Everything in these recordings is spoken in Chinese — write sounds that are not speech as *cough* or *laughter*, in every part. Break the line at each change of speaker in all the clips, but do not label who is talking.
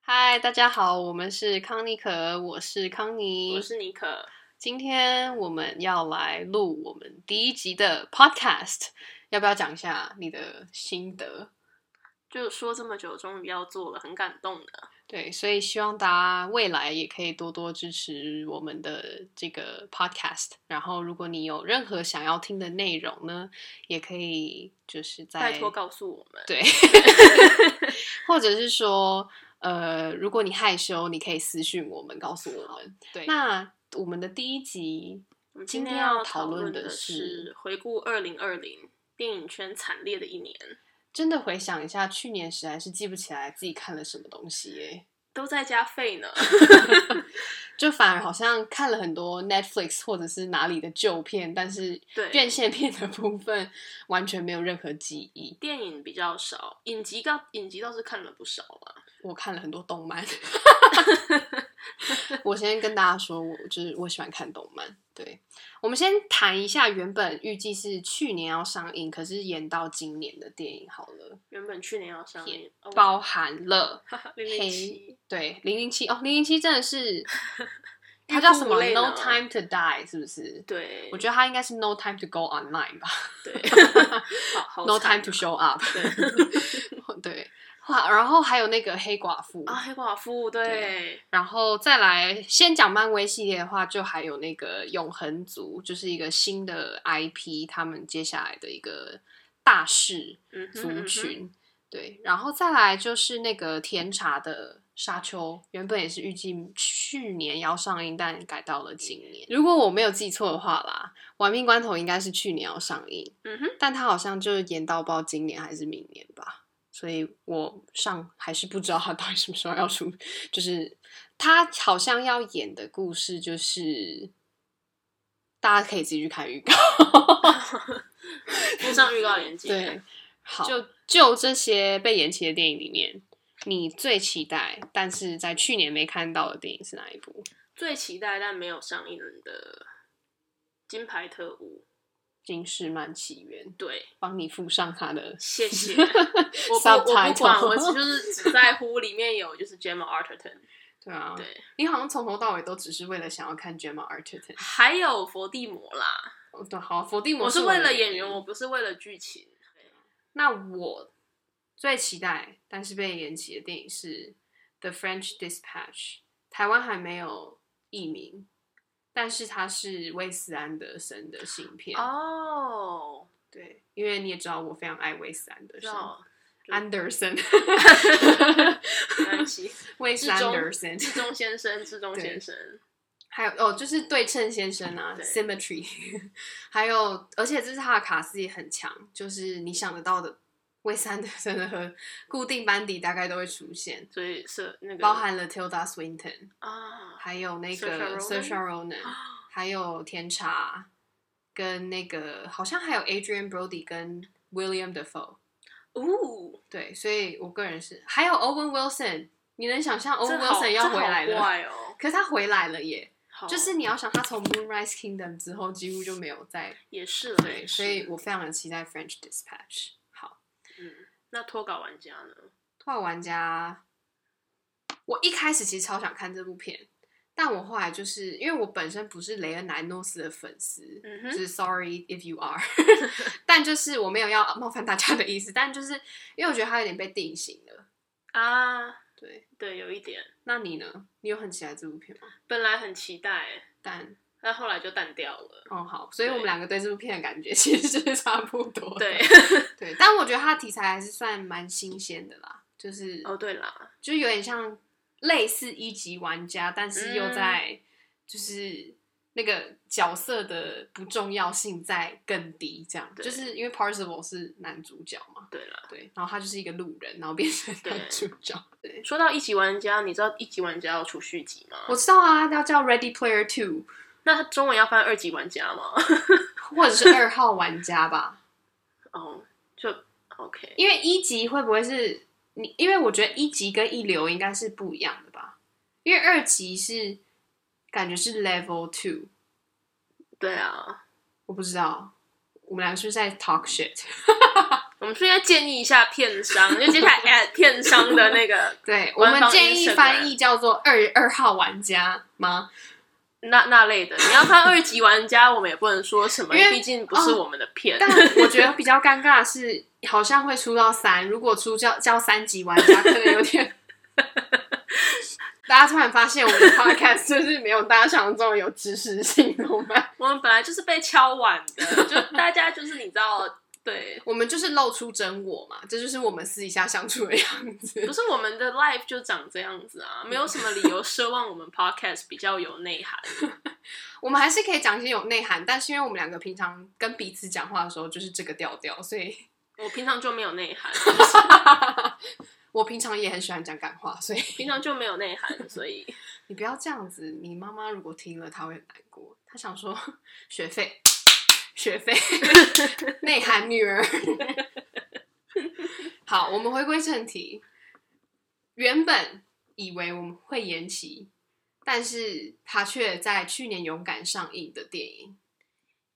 嗨，大家好，我们是康妮可，我是康妮
我，是尼可，
今天我们要来录我们第一集的 podcast，要不要讲一下你的心得？
就说这么久，终于要做了，很感动的。
对，所以希望大家未来也可以多多支持我们的这个 podcast。然后，如果你有任何想要听的内容呢，也可以就是在
拜托告诉我们， *laughs*
对，或者是说，呃，如果你害羞，你可以私讯我们，告诉我们。对，那我们的第一集
我们
今
今
天
天
要
要
讨
讨
论
论
的
的
是
是回顾二零二零电影圈惨烈的一年，
真的回想一下，去年实在是记不起来自己看了什么东西耶，
都在家废
*laughs*
呢。
就反而好像看了很多 Netflix 或者是哪里的旧片，但是
对，
院线片的部分完全没有任何记忆。
电影比较少，影集倒影集倒是看了不少啦。
我看了很多动
*laughs*
漫。我先跟大家说，我就是我喜欢看动漫。对，我们先谈一下原本预计是去年要上映，可是延到今年的电影好了，
原本去年要上映，哦
包含了
零零七，
对零零七哦，零零七真的
*laughs*
是它叫什
欲哭无
么
泪呢
？No Time to Die 是不是？
对，
我觉得它应该是 No Time to Go Online 吧
得对， *laughs*
*laughs*
好好
，No
惨
Time to
啊
Show Up。*laughs*
对
对，哇然后还有那个黑寡妇
啊，黑寡妇对
然后再来先讲漫威系列的话，就还有那个永恒族，就是一个新的 IP，他们接下来的一个大事
嗯哼
族
嗯哼
群。对，然后再来就是那个甜茶的沙丘，原本也是预计去年要上映，但改到了今年。如果我没有记错的话啦，《玩命关头》应该是去年要上映，
嗯哼，
但它好像就延到不知道今年还是明年吧，所以我上还是不知道它到底什么时候要出。就是它好像要演的故事，就是大家可以自己去看预告。
附上预告链接，
对，好，
就
就就这些被延期的电影里面，你最期待，但是在去年没看到的电影是哪一部？
最期待但没有上映的《金牌特务
《金士曼起源》》，，
对，
帮你附上它的。*laughs*
谢谢。我不我不
Subtitle
管，我就是只在乎里面有就是 Gemma Arterton，
对啊，
对，
*laughs* 你好像从头到尾都只是为了想要看 Gemma Arterton。
还有伏地魔啦。
哦对，好，伏地魔
我是
我
为
的
了演员，我不是为了剧情。
那我最期待但是被延期的电影是《The French Dispatch》，台湾还没有译名，但是它是威斯安德森的新片。
哦，
对，因为你也知道我非常爱威斯安德
知
森。
道，
安德森， *laughs*
没关系。
威斯
志
安
忠
德森，
志忠先生，志忠先生，
还有哦，就是对称先生啊
对
，symmetry，还有，而且这是他的卡斯也很强，就是你想得到的，威斯安德森的和固定班底大概都会出现，
所以是那个
包含了 Tilda Swinton，
啊，
还有那
Saoirse
个
Ronan
Saoirse Ronan，还
*gasps*
有甜茶，跟那个好像还有 Adrian Brody 跟 William Defoe。
哦，
对，所以我个人是还有 Owen Wilson，你能哦想象
这
Owen
好
Wilson 要回来
这好
了？
怪哦，
可是他回来了耶，
好
就是你要想他从 Moonrise Kingdom 之后几乎就没有再
也是啦
对，
也是
所以我非常的期待 French Dispatch。好，
嗯，那脱稿玩家呢？
《拓玩家》，我一开始其实超想看这部片，但我后来就是因为我本身不是雷恩·莱诺斯的粉丝，
嗯
就
哼，
是 Sorry if you are，但就是我没有要冒犯大家的意思，但就是因为我觉得他有点被定型了。
啊，
对，
对，有一点，
那你呢？你有很期待这部片吗？
本来很期待，
但
但后来就淡掉
*laughs*
了。
哦好，所以我
对
们两个对这部片的感觉其实是差不多的。
对， *laughs*
对，但我觉得它的题材还是算蛮新鲜的啦，就是
哦对啦，
就是有点像类似一级玩家，但是又
嗯
在就是那个角色的不重要性在更低，这样
对
就是因为 Parzival 是男主角嘛，
对啦。
对，然后他就是一个路人，然后变成
对
男主角。对，
说到一级玩家，你知道一级玩家要出续集吗？
我知道啊，他叫 Ready Player Two
那它中文要翻二级玩家吗？ *laughs*
或者是二号玩家吧，
哦，就 OK。
因为一级会不会是你？因为我觉得一级跟一流应该是不一样的吧，因为二级是感觉是 Level Two。
对啊，
我不知道，我们俩是不是在 talk shit？
我们顺便建议一下片商，因为接下来哎片商的那个
*laughs*
*laughs*
对我
官
们
方
建议
Instagram
翻译叫做二二号玩家吗？
那那类的，你要看二级玩家，我们也不能说什么，
因为哦
毕竟不是我们的片。
但我觉得比较尴尬的是，好像会出到三，如果出叫叫三级玩家，可能有点。大家突然发现我们的 podcast 就是没有大家想象中有知识性，怎么办？
*laughs* 我们本来就是被敲碗的，就大家就是你知道，对，
我们就是露出真我嘛，这就是我们私底下相处的样
不
子。 *laughs*
是我们的 life 就长这样子啊，没有什么理由奢望我们 podcast 比较有内涵。
我们还是可以讲一些有内涵，但是因为我们两个平常跟彼此讲话的时候就是这个调调，所以
我平常就没有内涵，
我平常也很喜欢讲感话，所以
平常就没有内涵，所以
你不要这样子，你妈妈如果听了，她会很难过。她想说 *laughs* 学费，学
*laughs*
费，内涵女儿。 *laughs* 好，我们回归正题。原本以为我们会延期，但是它却在去年勇敢上映的电影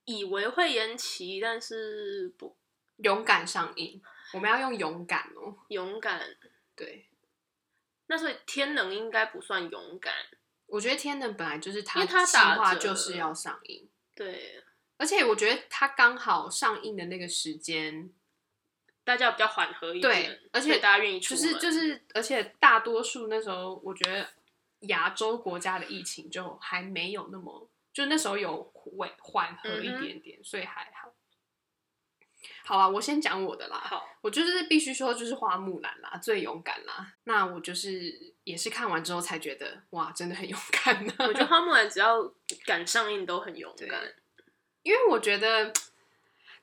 以为会延期，但是不
勇敢上映。我们要用勇敢哦，
勇敢。
对。
那所以天能应该不算勇敢，
我觉得《天能》本来就是
因
他
为它
计
打
划
折
就是要上映，
对，
而且我觉得它刚好上映的那个时间
大家比较缓和一点，
对而且
所以大家愿意出
就
门，
是就是，而且大多数那时候，我觉得亚洲国家的疫情就还没有那么，就那时候有缓缓和
嗯
一点点，所以还好。好啊，我先讲我的啦。
好。
我就是必须说，就是花木兰啦，最勇敢啦。那我就是也是看完之后才觉得，哇，真的很勇敢呢、
我觉得花木兰只要敢上映都很勇
对
敢，
因为我觉得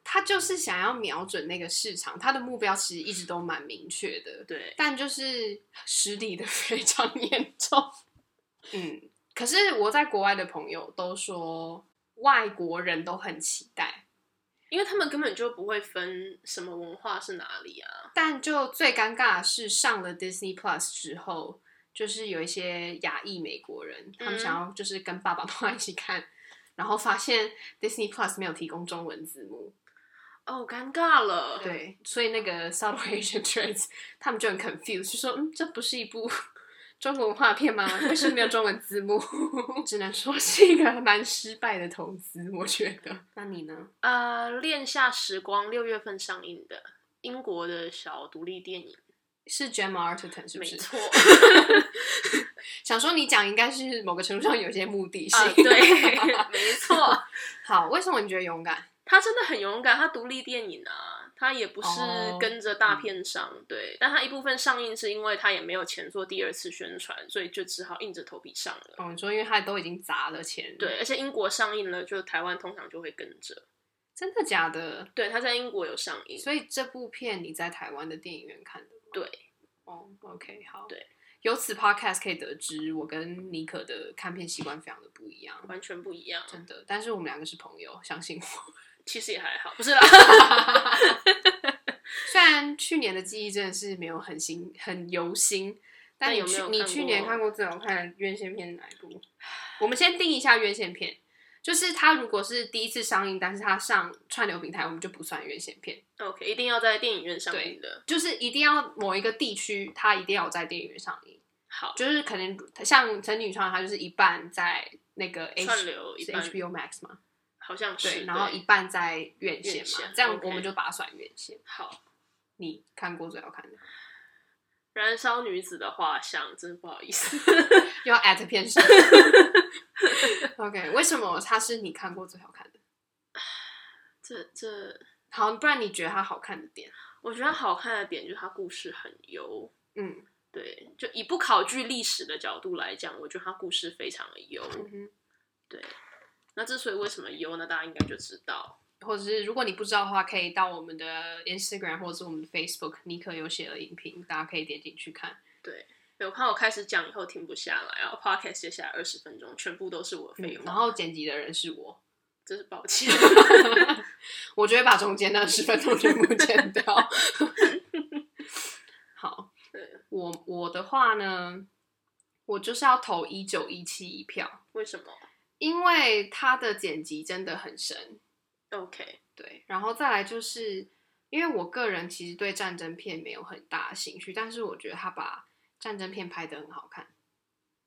他就是想要瞄准那个市场，他的目标其实一直都蛮明确的。
对，
但就是失礼的 *laughs* 非常严重。嗯，可是我在国外的朋友都说，外国人都很期待，
因为他们根本就不会分什么文化是哪里啊，
但就最尴尬的是上了 Disney Plus 之后，就是有一些亚裔美国人，他们想要就是跟爸爸妈妈一起看。然后发现 Disney Plus 没有提供中文字幕，
哦，尴尬了，，
对，嗯所以那个 South Asian Trades *laughs* 他们就很 confused，就说嗯，这不是一部 *laughs* 中国文化片吗？为什么没有中文字幕？ *laughs* 只能说是一个蛮失败的投资，我觉得。那你呢？
呃，《恋夏时光》六月份上映的英国的小独立电影，
是 Gemma Arterton 是不
没
是？ *laughs*
错，
想说你讲应该是某个程度上有一些目的性。*laughs*
啊，对， *laughs* 没错，
好，为什么你觉得勇敢？
他真的很勇敢，他独立电影啊，他也不是
哦
跟着大片上，对，但他一部分上映是因为他也没有钱做第二次宣传，所以就只好硬着头皮上了。
哦，你说因为他都已经砸了钱，，
对，而且英国上映了，就台湾通常就会跟着。
真的假的？
对，他在英国有上映，
所以这部片你在台湾的电影院看的吗？
对。
哦、o k 好。
对。
由此 podcast 可以得知，我跟妮可的看片习惯非常的不一样，
完全不一样。
真的。但是我们两个是朋友，相信我。
其实也还好，不是啦。
虽然去年的记忆真的是没有很新很犹新，但
但
你
有没
去
有
你
看
去年
过
看过最好看的院线片哪一部？我们先定一下院线片，就是它如果是第一次上映，但是它上串流平台，我们就不算院线片。
*laughs* OK，一定要在电影院上映的。
就是一定要某一个地区，它一定要有在电影院上映。
好，
就是可能像《神女传》，它就是一半在那个 H
串流一
是
般
HBO Max 嘛，
好像是。
对，然后一半在院线
院
嘛
线，
这样
OK
我们就把它算院线。
好，
你看过最好看的？
燃烧女子的画像，真不好意思。 *laughs*
又要 at 片上。OK，为什么它是你看过最好看的？
这这，
好，不然你觉得它好看的点？
我觉得好看的点就是它故事很优。
嗯
对，就以不考据历史的角度来讲，我觉得它故事非常的优。
嗯哼，
对，那之所以为什么优，那大家应该就知道。
或者是如果你不知道的话，可以到我们的 Instagram 或者是我们的 Facebook，尼克有写了影评，大家可以点进去看。
对我怕我开始讲以后停不下来，然后 podcast 接下来二十分钟全部都是我的废
嗯
话，
然后剪辑的人是我。
真是抱歉。 *laughs*
我就会把中间那十分钟全部剪掉。 *laughs* 好，
对，
我我的话呢，我就是要投一九一七一票，
为什么
因为它的剪辑真的很深。
？OK，
对，然后再来就是因为我个人其实对战争片没有很大的兴趣，但是我觉得他把战争片拍得很好看，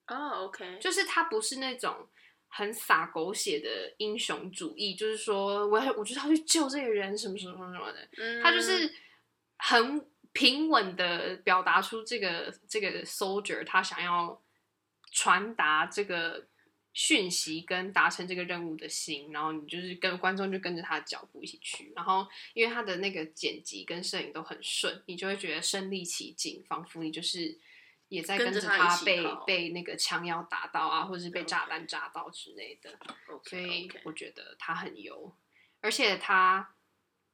哦，OK，
就是他不是那种很洒狗血的英雄主义，就是说我要我就是要去救这个人什么什么什么什么的，
嗯
他就是很平稳的表达出这个这个 soldier 他想要传达这个讯息跟达成这个任务的心，然后你就是跟观众就跟着他的脚步一起去，然后因为他的那个剪辑跟摄影都很顺，你就会觉得身临其境，仿佛你就是。也在
跟
跟
着
着
他一
他
起
被
跑
被那个枪腰打到啊，或者是被炸
OK
弹炸到之类的。所
OK
以
OK，
我觉得它很油，而且它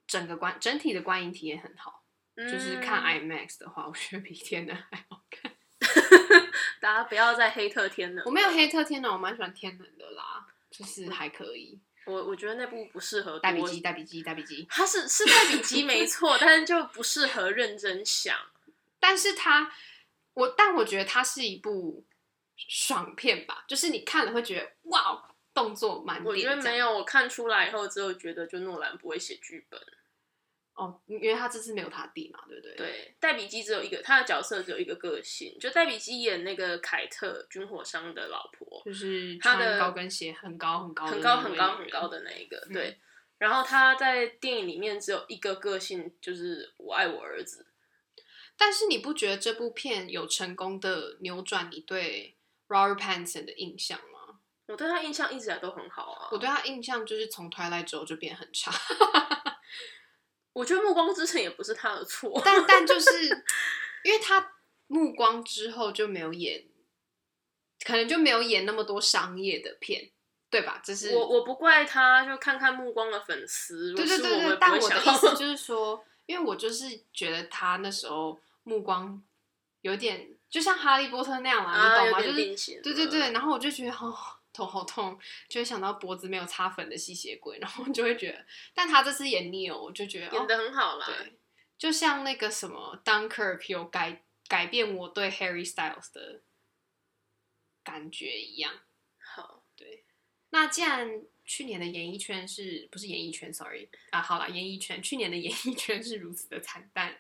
整个观整体的观影体验很好，就是看
嗯
IMAX 的话，我觉得比天能还好。
大家不要再黑特天了。
我没有黑特天能，我蛮喜欢天能的啦，就是还可以。
我我觉得那部不适合
大笔
多
记，大笔记，大笔记。
它是是在笔记没错， *laughs* 但是就不适合认真想。
但是它，我但我觉得它是一部爽片吧，就是你看了会觉得哇，哦动作满点。
我觉得没
有
有，我看出来以后之后觉得，就诺兰不会写剧本。
哦，因为他这次没有他弟嘛，对不对？，
对，戴比基只有一个，他的角色只有一个个性，就戴比基演那个凯特军火商的老婆，
就是
他
穿
的
高跟鞋，很高很高的
很
那
高
位
很高
哦女
很
人
高的那一个。
嗯
对，然后他在电影里面只有一个个性，就是我爱我儿子。
但是你不觉得这部片有成功的扭转你对 Robert Pattinson 的印象吗？
我对他印象一直以来都很好啊。
我对他印象就是从 Twilight 之后就变很差，
我觉得《暮光之城》也不是他的错。
但但就是因为他《暮光》之后就没有演，可能就没有演那么多商业的片，对吧？这是
我我不怪他，就看看目光的粉丝。如
对对
果是
对
我
对
也，不
但
会
我的
想
意
要。
思就是说，因为我就是觉得他那时候目光有点就像哈利波特那样啦，
啊，
你懂
有
吗？就
点
是
定型了。
对对对，然后我就觉得哦，头好痛，就会想到脖子没有擦粉的吸血鬼，然后就会觉得，但他这次演 Neo，我就觉得
演
哦，
的很好啦。
对，就像那个什么 Dunkirk 有改改变我对 Harry Styles 的感觉一样。
好，
那既然去年的演艺圈是不是演艺圈？Sorry 啊，好了，演艺圈去年的演艺圈是如此的惨淡，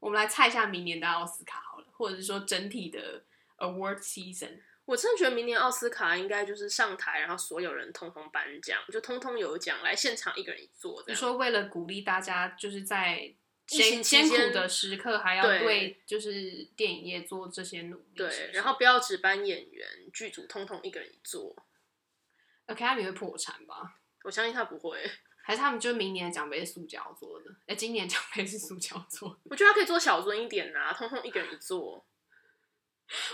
我们来猜一下明年的奥斯卡好了，或者是说整体的 Award Season。
我真的觉得明年奥斯卡应该就是上台，然后所有人通通颁奖，就通通有奖，来现场一个人一座
你
这样。
说为了鼓励大家，就是在
啊
艰
情期间
艰苦的时刻，还要
对
对就是电影业做这些努力。是
对
不，是
然后不要只颁演员，剧组通通一个人一座。
Academy 会破产吧？
我相信他不会，
还是他们就明年的奖杯是塑胶做的？哎、今年奖杯是塑胶做的。
我觉得他可以做小尊一点啊，通通一个人一座。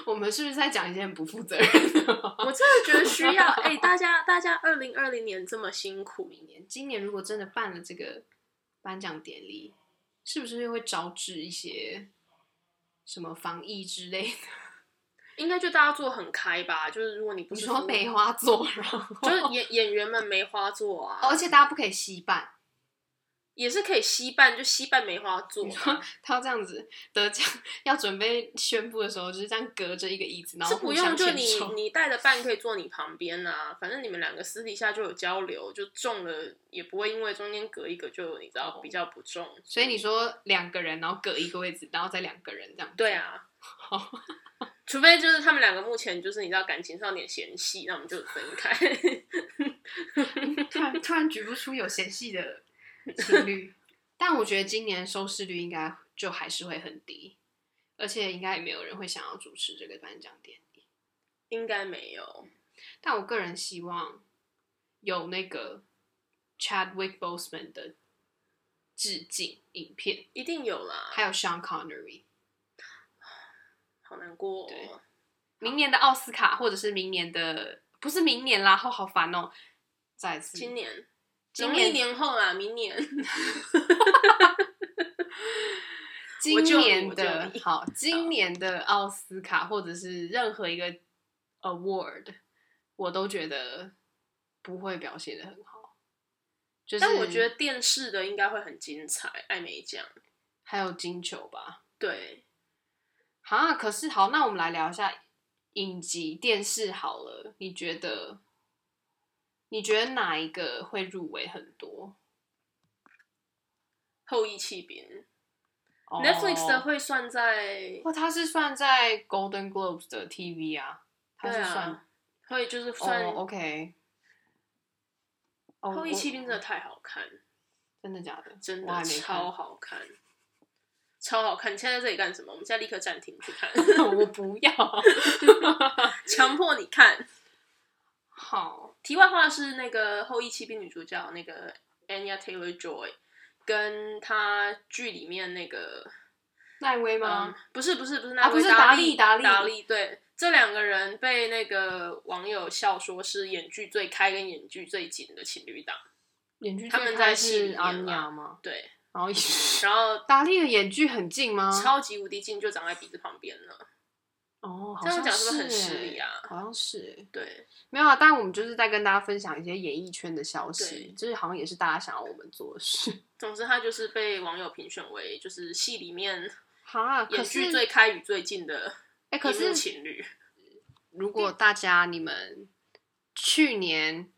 我们是不是在讲一些很不负责任的话？
我真的觉得需要，哎、大家大家二零二零年这么辛苦，
明年，今年如果真的办了这个颁奖典礼，是不是又会招致一些什么防疫之类的？ *laughs*
应该就大家做很开吧。就是如果你不
你
是
说
服务
梅花座，然后
就是演演员们梅花座啊，
哦而且大家不可以惜办。
也是可以稀办，就稀办梅花座
你
啊、
说他要这样子得奖，要准备宣布的时候，就是这样隔着一个椅子，然
是
后
不
互
用，
相
就
牵
你
手。
你带着伴可以坐你旁边啊，反正你们两个私底下就有交流，就中了也不会因为中间隔一个就你知道
哦
比较不中，
所以你说两个人，然后隔一个位置，然后再两个人这样。
对，啊，
*laughs*
除非就是他们两个目前就是你知道感情上有点嫌隙，那我们就分开。 *laughs*
突然突然举不出有嫌隙的 *laughs* 情侣，但我觉得今年收视率应该就还是会很低，而且应该也没有人会想要主持这个颁奖典礼。
应该没有，
但我个人希望有那个 Chadwick Boseman 的致敬影片，
一定有啦，
还有 Sean Connery。
好难过、
对
哦。
明年的奥斯卡，或者是明年的，不是明年啦，好好烦哦、再一次，
今年，
嗯今
农历
年
年后啦，明年我
今
救你
年
我
的
救你
好，今年的奥斯卡或者是任何一个 award，我都觉得不会表现的很好。就是，
但我觉得电视的应该会很精彩，艾美奖。
还有金球吧，
对，
啊，可是好，那我们来聊一下影集电视好了。你觉得，你觉得哪一个会入围很多？
后羿弃兵、
哦
Netflix 的会算在
哇，哦它是算在 Golden Globes 的 TV 啊，它
对
是算、
啊，会就是算、
哦，OK。哦
后羿
我
弃兵真的太好看，
真的假的？ *laughs*
真
我还
的
没
超
看，
好看，超好看！你现在在这里干什么？我们现在立刻暂停
*laughs*
去看，
我不要。
强迫你看。
好，
题外话是那个《后羿骑兵》女主角那个 Anya Taylor Joy，跟她剧里面那个
奈威
嗯
吗？，
不是不是不是那
啊
位
不是
达
达利
达
达利
对。这两个人被那个网友笑说是演剧最开跟演剧最紧的情侣档，
演剧
他们
最
在
开
戏
是
里面
阿
啦
尼亚吗？
对，
然后
然后
达利的演剧很近吗？
超级无敌近就长在鼻子旁边了，
哦，好
这样
像
讲是不是
是
很失礼啊
欸好像是欸，
对，
没有啊。但我们就是在跟大家分享一些演艺圈的消息
对，
就是好像也是大家想要我们做的事。 *laughs*
总之，他就是被网友评选为就是戏里面
哈，
演
可
剧
是
最开与最近的
哎、可
荧幕
是
情侣。
如果大家你们去年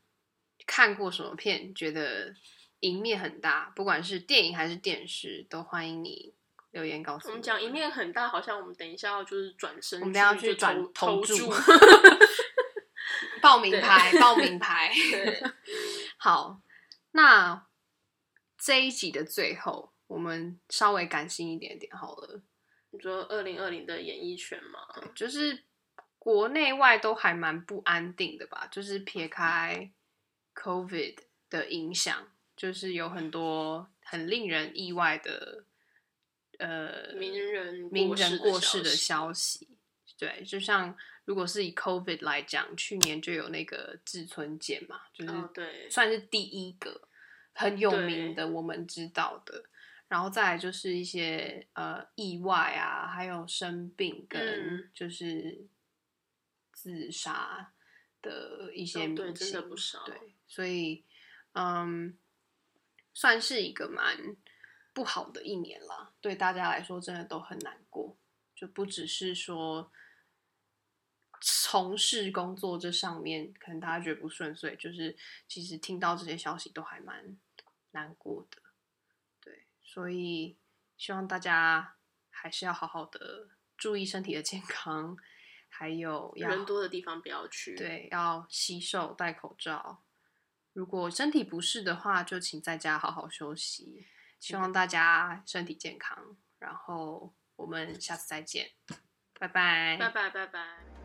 看过什么片，觉得赢面很大，不管是电影还是电视，都欢迎你留言告诉
我们
们
讲一面很大，好像我们等一下要就是转身，
我们等一下去
就
转
投
投
注 *laughs*
注。 *laughs* 报名牌，报名牌。
对，
好，那这一集的最后，我们稍微感性一点点好了，
你说二零二零的演艺圈嘛，
就是国内外都还蛮不安定的吧，就是撇开 COVID 的影响，就是有很多很令人意外的呃
名人
名人过世的
消息，
消息。对，就像如果是以 COVID 来讲，去年就有那个志村健嘛，就是
哦对，
算是第一个很有名
对
的我们知道的，然后再来就是一些呃意外啊，还有生病
嗯
跟就是自杀的一些
哦
明
对
星，
真的不少
对，所以嗯，算是一个蛮不好的一年啦，对大家来说真的都很难过，就不只是说。从事工作这上面，可能大家觉得不顺遂，就是其实听到这些消息都还蛮难过的，对，所以希望大家还是要好好的注意身体的健康，还有要
人多的地方不要去。，
对要洗手、戴口罩。如果身体不适的话，就请在家好好休息。希望大家身体健康，然后我们下次再见，拜拜
拜拜拜拜。